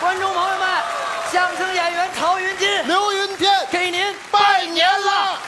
观众朋友们，相声演员曹云金刘云天给您拜年了！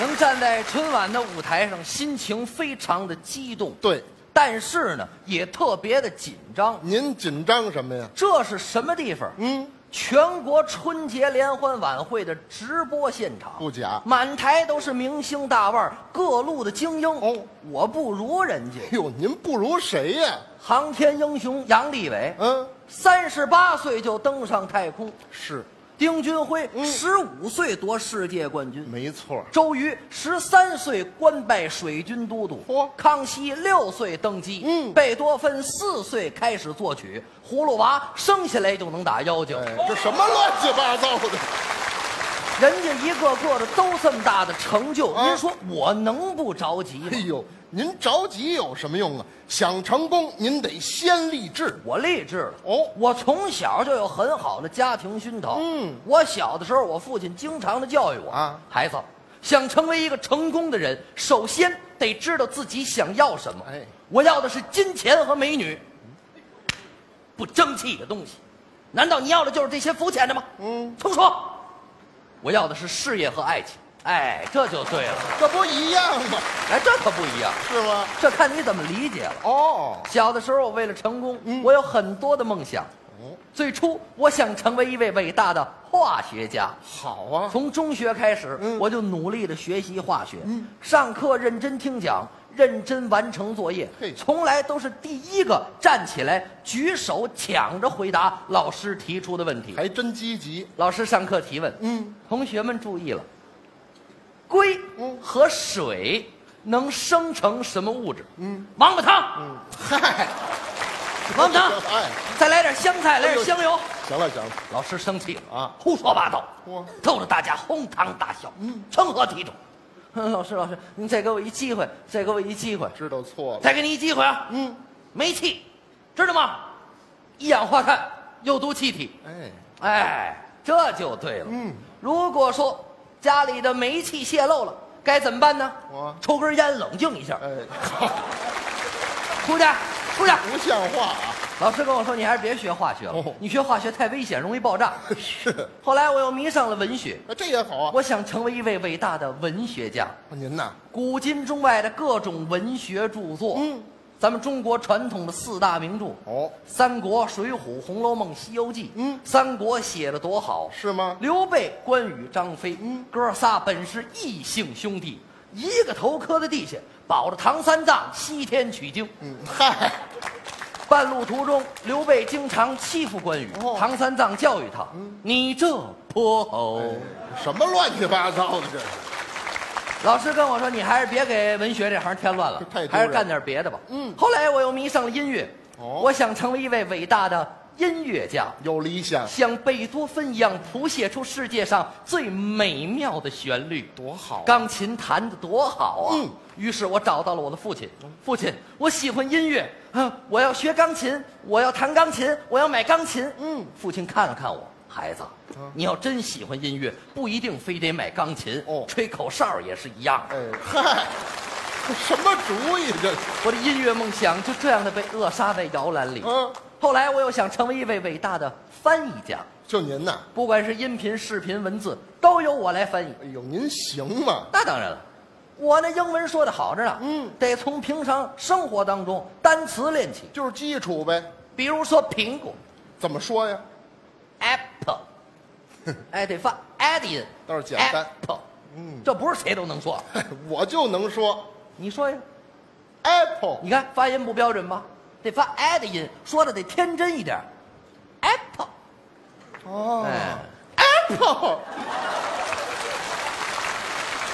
能站在春晚的舞台上，心情非常的激动，对，但是呢，也特别的紧张。您紧张什么呀？这是什么地方？嗯，全国春节联欢晚会的直播现场，不假满台都是明星大腕儿，各路的精英。哦，我不如人家，哟，哎您不如谁呀？航天英雄杨利伟，嗯，三十八岁就登上太空；是，丁俊晖嗯十五岁夺世界冠军；没错。周瑜十三岁官拜水军都督，嚯康熙六岁登基，嗯贝多芬四岁开始作曲，葫芦娃生下来就能打妖精，哎，这什么乱七八糟的？人家一个个的都这么大的成就，啊您说我能不着急吗哎？呦，您着急有什么用啊？想成功，您得先立志。我励志了哦我从小就有很好的家庭熏陶。嗯，我小的时候，我父亲经常的教育我啊孩子，想成为一个成功的人，首先得知道自己想要什么。哎我要的是金钱和美女，不争气的东西。难道你要的就是这些肤浅的吗？嗯，胡说！我要的是事业和爱情。哎，这就对了。这不一样吗？哎，这可不一样，是吗？这看你怎么理解了。哦，小的时候，我为了成功，嗯我有很多的梦想。哦，最初，我想成为一位伟大的化学家。好啊，从中学开始，嗯我就努力的学习化学，上课认真听讲，认真完成作业嘿，从来都是第一个站起来举手抢着回答老师提出的问题。还真积极。老师上课提问，嗯，同学们注意了，硅嗯和水能生成什么物质？嗯，王八汤，嗯，嗨，王八汤， 哎，再来点香菜，来点香油。行了行了，老师生气了啊胡说八道嚯，逗得大家哄堂大笑，嗯，成何体统？ 嗯，老师，老师，您再给我一机会，再给我一机会，知道错了。再给你一机会啊！嗯，煤气，知道吗？一氧化碳，有毒气体。哎，哎，这就对了。嗯，如果说家里的煤气泄漏了，该怎么办呢我？抽根烟冷静一下，哎，好，出去，出去。不像话啊！ 老师跟我说，你还是别学化学了哦，你学化学太危险，容易爆炸。是，后来我又迷上了文学。那这也好啊。我想成为一位伟大的文学家，您呐，古今中外的各种文学著作，嗯，咱们中国传统的四大名著，《哦，三国》《水浒》《红楼梦》《西游记》，嗯三国》写的多好，是吗？刘备、关羽、张飞，嗯哥仨本是异姓兄弟，一个头磕在地下，保着唐三藏西天取经。嗯，嗨，半路途中，刘备经常欺负关羽，哦嗯唐三藏教育他：“你这泼猴。哎什么乱七八糟的这是？老师跟我说，你还是别给文学这行添乱了这太，丢人还是干点别的吧。嗯后来我又迷上了音乐，哦我想成为一位伟大的音乐家，有理想，像贝多芬一样谱写出世界上最美妙的旋律。多好啊！钢琴弹得多好啊！嗯于是我找到了我的父亲。父亲，我喜欢音乐啊，我要学钢琴，我要弹钢琴，我要买钢琴。嗯，父亲看了看我，孩子，你要真喜欢音乐，不一定非得买钢琴。哦吹口哨也是一样的。哎，嗨，什么主意这？我的音乐梦想就这样的被扼杀在摇篮里。嗯，后来我又想成为一位伟大的翻译家，就您呐，不管是音频、视频、文字，都由我来翻译。哎呦，您行吗？那当然了，我那英文说的好着呢，嗯得从平常生活当中单词练起，就是基础呗。比如说苹果怎么说呀？ （apple），哎，得发 a d d i n 倒是简单 apple，嗯这不是谁都能说。哎我就能说你说呀， apple 你看发音不标准吧？得发 a 的音，说的得天真一点。apple，哦哎， ，apple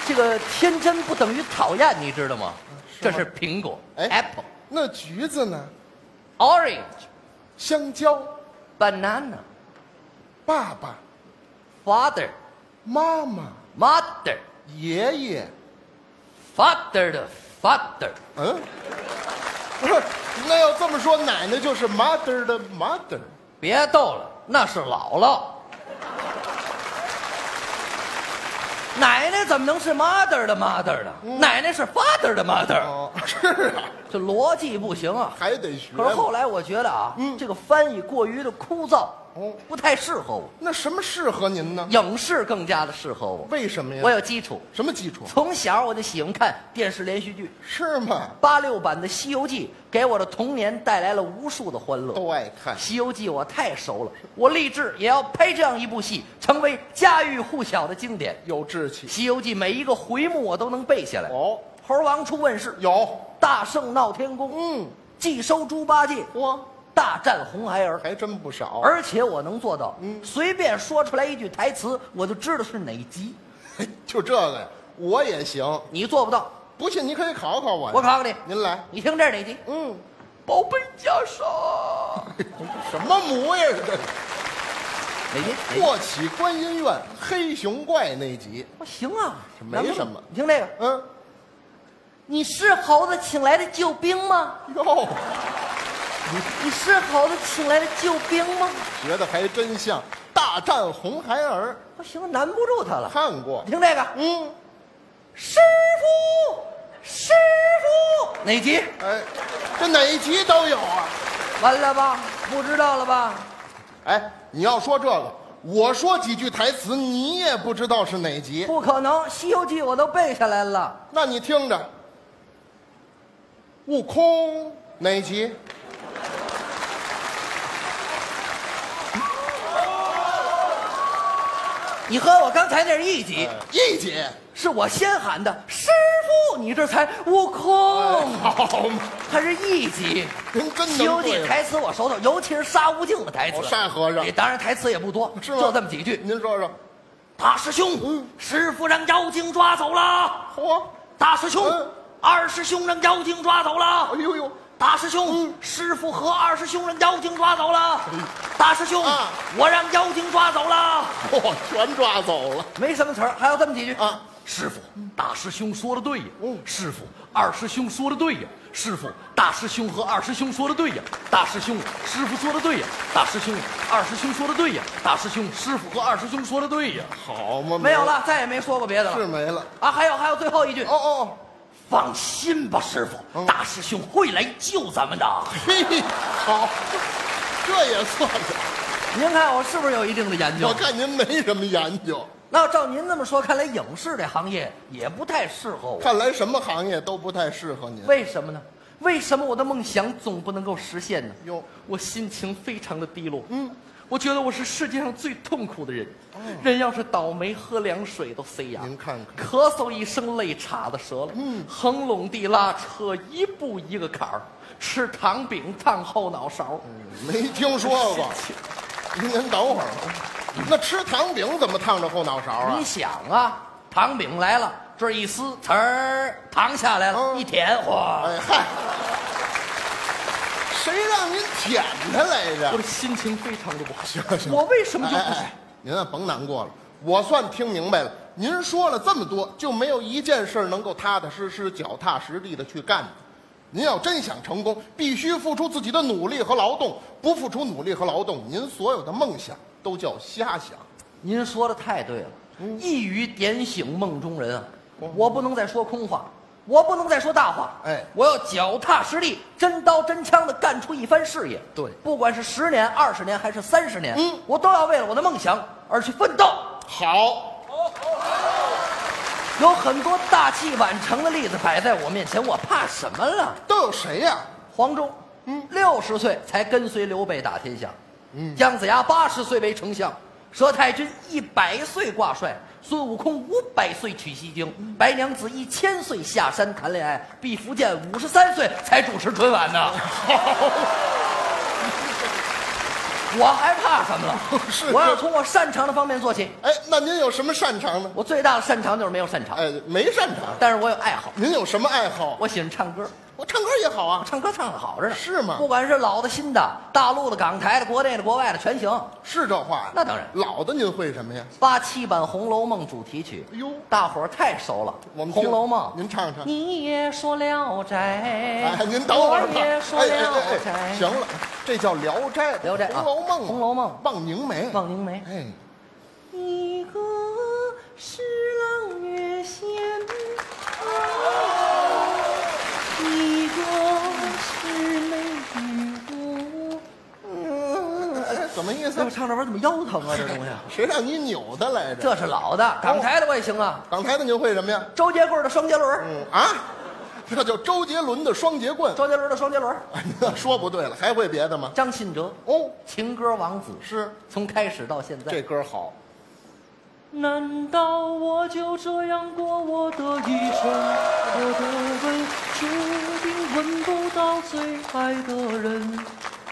这个天真不等于讨厌，你知道吗？是这吗是苹果哎，apple，orange， 那橘子呢？香蕉， banana，father，mother。爸爸、妈妈、 Mother 爷爷， father 的 father，嗯， 不是，那要这么说，奶奶就是 mother 的 mother。别逗了，那是姥 姥。嗯奶奶怎么能是 mother 的 mother 呢？奶奶是 father 的 mother。 哦，是啊，这逻辑不行啊。还得学嘛。可是后来我觉得啊，这个翻译过于的枯燥，嗯哦不太适合我。那什么适合您呢？影视更加的适合我，为什么呀？我有基础。什么基础？从小我就喜欢看电视连续剧，是吗？八六版的《西游记》给我的童年带来了无数的欢乐。都《爱看。西游记》我太熟了，我立志也要拍这样一部戏，成为家喻户晓的经典。有志《气。西游记》每一个回目我都能背下来。哦，猴王出问世，有。大圣闹天宫，嗯，既收猪八戒，哇，大战红孩儿，还真不少。而且我能做到，哦嗯随便说出来一句台词，我就知道是哪集。就这个呀，我也行。你做不到，不信你可以考考我呀。我考考你，您来。你听这是哪集？嗯，宝贝袈裟，什么模样是这？哪集？哪集霍启观音院黑熊怪那集。我行啊，这没难不住什么你听这个，嗯，你是猴子请来的救兵吗？哟，你是猴子请来的救兵吗？学的还真像。大战红孩儿我行，难不住他了。看过你。听这个，嗯，师傅，师傅，哪集？哎，这哪一集都有啊。完了吧？不知道了吧？哎，你要说这个，我说几句台词，你也不知道是哪集。不可能，《西游记》我都背下来了。那你听着，悟空哪集？你和我刚才那是一集，一集。是我先喊的师傅，你这才悟空，好嘛，它是一集。您真《西游能记》对付。台词我熟透，尤其是沙悟净的台词。哦沙和尚也当然台词也不多，是吗就这么几句。您说说，大师兄，嗯师傅让妖精抓走了。嚯，大师兄，嗯二师兄让妖精抓走了哎。嗯呦呦，大师兄，师傅和二师兄让妖精抓走了。 大师兄嗯啊，我让妖精抓走了。嚯，全抓走了。没什么词儿，还有这么几句啊。师傅，大师兄说的对呀嗯。师傅，二师兄说的对呀。师傅，大师兄和二师兄说的对呀。大师兄，师傅说的对呀。大师兄，二师兄说的对呀。大师兄，师傅和二师兄说的对呀。好嘛，没有，了，再也没说过别的是了。没了。啊，还有还有最后一句哦，哦，放心吧，师傅，大师兄会来救咱们的。哦嘿，好，这也算了。您看我是不是有一定的研我究？啊看您没什么研究，那照您这么说，看来影视这行业也不太适合我。看来什么行业都不太适合您。为什么呢？为什么我的梦想总不能够实现呢？哟我心情非常的低落。嗯，我觉得我是世界上最痛苦的人。人要是倒霉，喝凉水都塞牙。哦您看看咳嗽一声，泪岔子折了。嗯，横垄地拉车，一步一个坎儿，吃糖饼烫后脑勺。嗯没听说过。您您等会儿，啊那吃糖饼怎么烫着后脑勺啊你？想啊，糖饼来了，这儿一撕，呲儿，糖下来了，嗯一舔，哗。哎嗨，谁让您舔它来我着的？心情非常的不 好行行，我为什么就哎不哎行？哎，您啊甭难过了，我算听明白了。您说了这么多，就没有一件事儿能够踏踏实实、脚踏实地的去干的。您要真想成功，必须付出自己的努力和劳动。不付出努力和劳动，您所有的梦想都叫瞎想。您说的太对了，一语点醒梦中人啊！我不能再说空话，我不能再说大话，哎我要脚踏实地，真刀真枪的干出一番事业。对不管是十年、二十年还是三十年，嗯我都要为了我的梦想而去奋斗。好，有很多大器晚成的例子摆在我面前，我怕什么了？都有谁呀、黄忠，嗯，六十岁才跟随刘备打天下，嗯，姜子牙八十岁为丞相，佘太君一百岁挂帅，孙悟空五百岁取西经，白娘子一千岁下山谈恋爱，毕福剑五十三岁才主持春晚呢。 我还怕什么 了？是我要是从我擅长的方面做起。哎，那您有什么擅长呢？我最大的擅长就是没有擅长，哎，没擅长。但是我有爱好，您有什么爱好？我喜欢唱歌。我唱歌也好啊。唱歌唱的好着呢，是吗不管是老的、新的，大陆的、港台的、国内的、国外的，全行。是这话呀？那当然老的您会什么呀？八七版《红楼梦》主题曲，哎呦大伙儿太熟了。我们听红楼梦》，您唱唱你也说《聊斋》，哎，您等会儿我吧。也说《聊哎哎哎斋》，行了，这叫《聊斋》《聊斋啊红楼梦》《红楼梦望凝眉》。望凝眉。哎，一个是朗月仙，一个怎么意思哎我？唱这玩意儿怎么腰疼啊？这东西，谁让你扭的来着？这是老的，港台的我也行啊。港台的您会什么呀？周杰棍的双节轮，嗯啊，这叫周杰伦的双节棍。哎周杰伦的双节轮，说不对了，还会别的吗？张信哲，哦，情歌王子，是从开始到现在，这 歌好。难道我就这样过我的一生？我的吻注定吻不到最爱的人，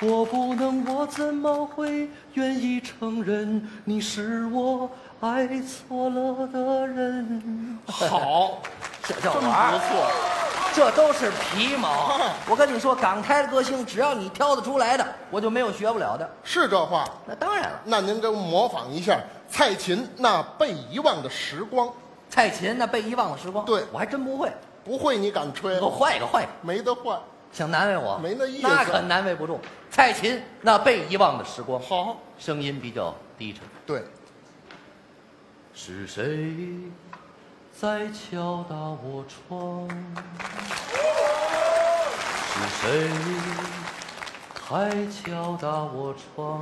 我不能，我怎么会愿意承认你是我爱错了的人？好，这叫 真玩不儿，错。这都是皮毛。嗯我跟你说，港台的歌星，只要你挑得出来的，我就没有学不了的。是这话，那当然了，那您给我模仿一下蔡琴那被遗忘的时光，蔡琴那被遗忘的时光，对我还真不会。不会你敢吹啊给？我换一个，换一个，没得换。想难为我，没那意思那可难为不住。蔡琴那被遗忘的时光，好，声音比较低沉。对，是谁在敲打我窗，是谁还敲打我窗，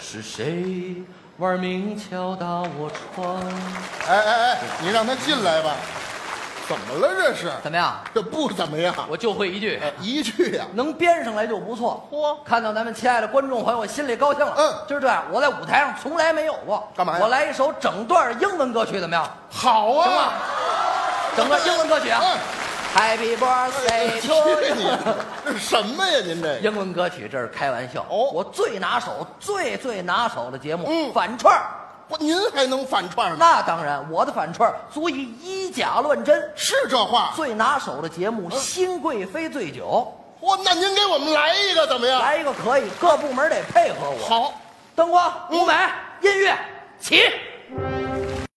是谁？玩命敲打我窗。哎哎哎，你让他进来吧。怎么了这是？怎么样？这不怎么样。我就会一句，哎一句呀、能编上来就不错。嚯看到咱们亲爱的观众朋友，我心里高兴了。嗯就是这样，我在舞台上从来没有过。干嘛呀我来一首整段英文歌曲，怎么样？好行吗啊。？整段英文歌曲啊嗯，Happy 哎 Birthday 去 to 你 you。的！这什么呀？您这英文歌曲这是开玩笑。哦我最拿手、最最拿手的节目，嗯反串儿。不，您还能反串吗？那当然，我的反串儿足以以假乱真。是这话。最拿手的节嗯目《新贵妃醉酒嚯，那您给我们来一个怎么》，样？来一个可以，各部门得配合我。好，灯光、舞美、音乐，起。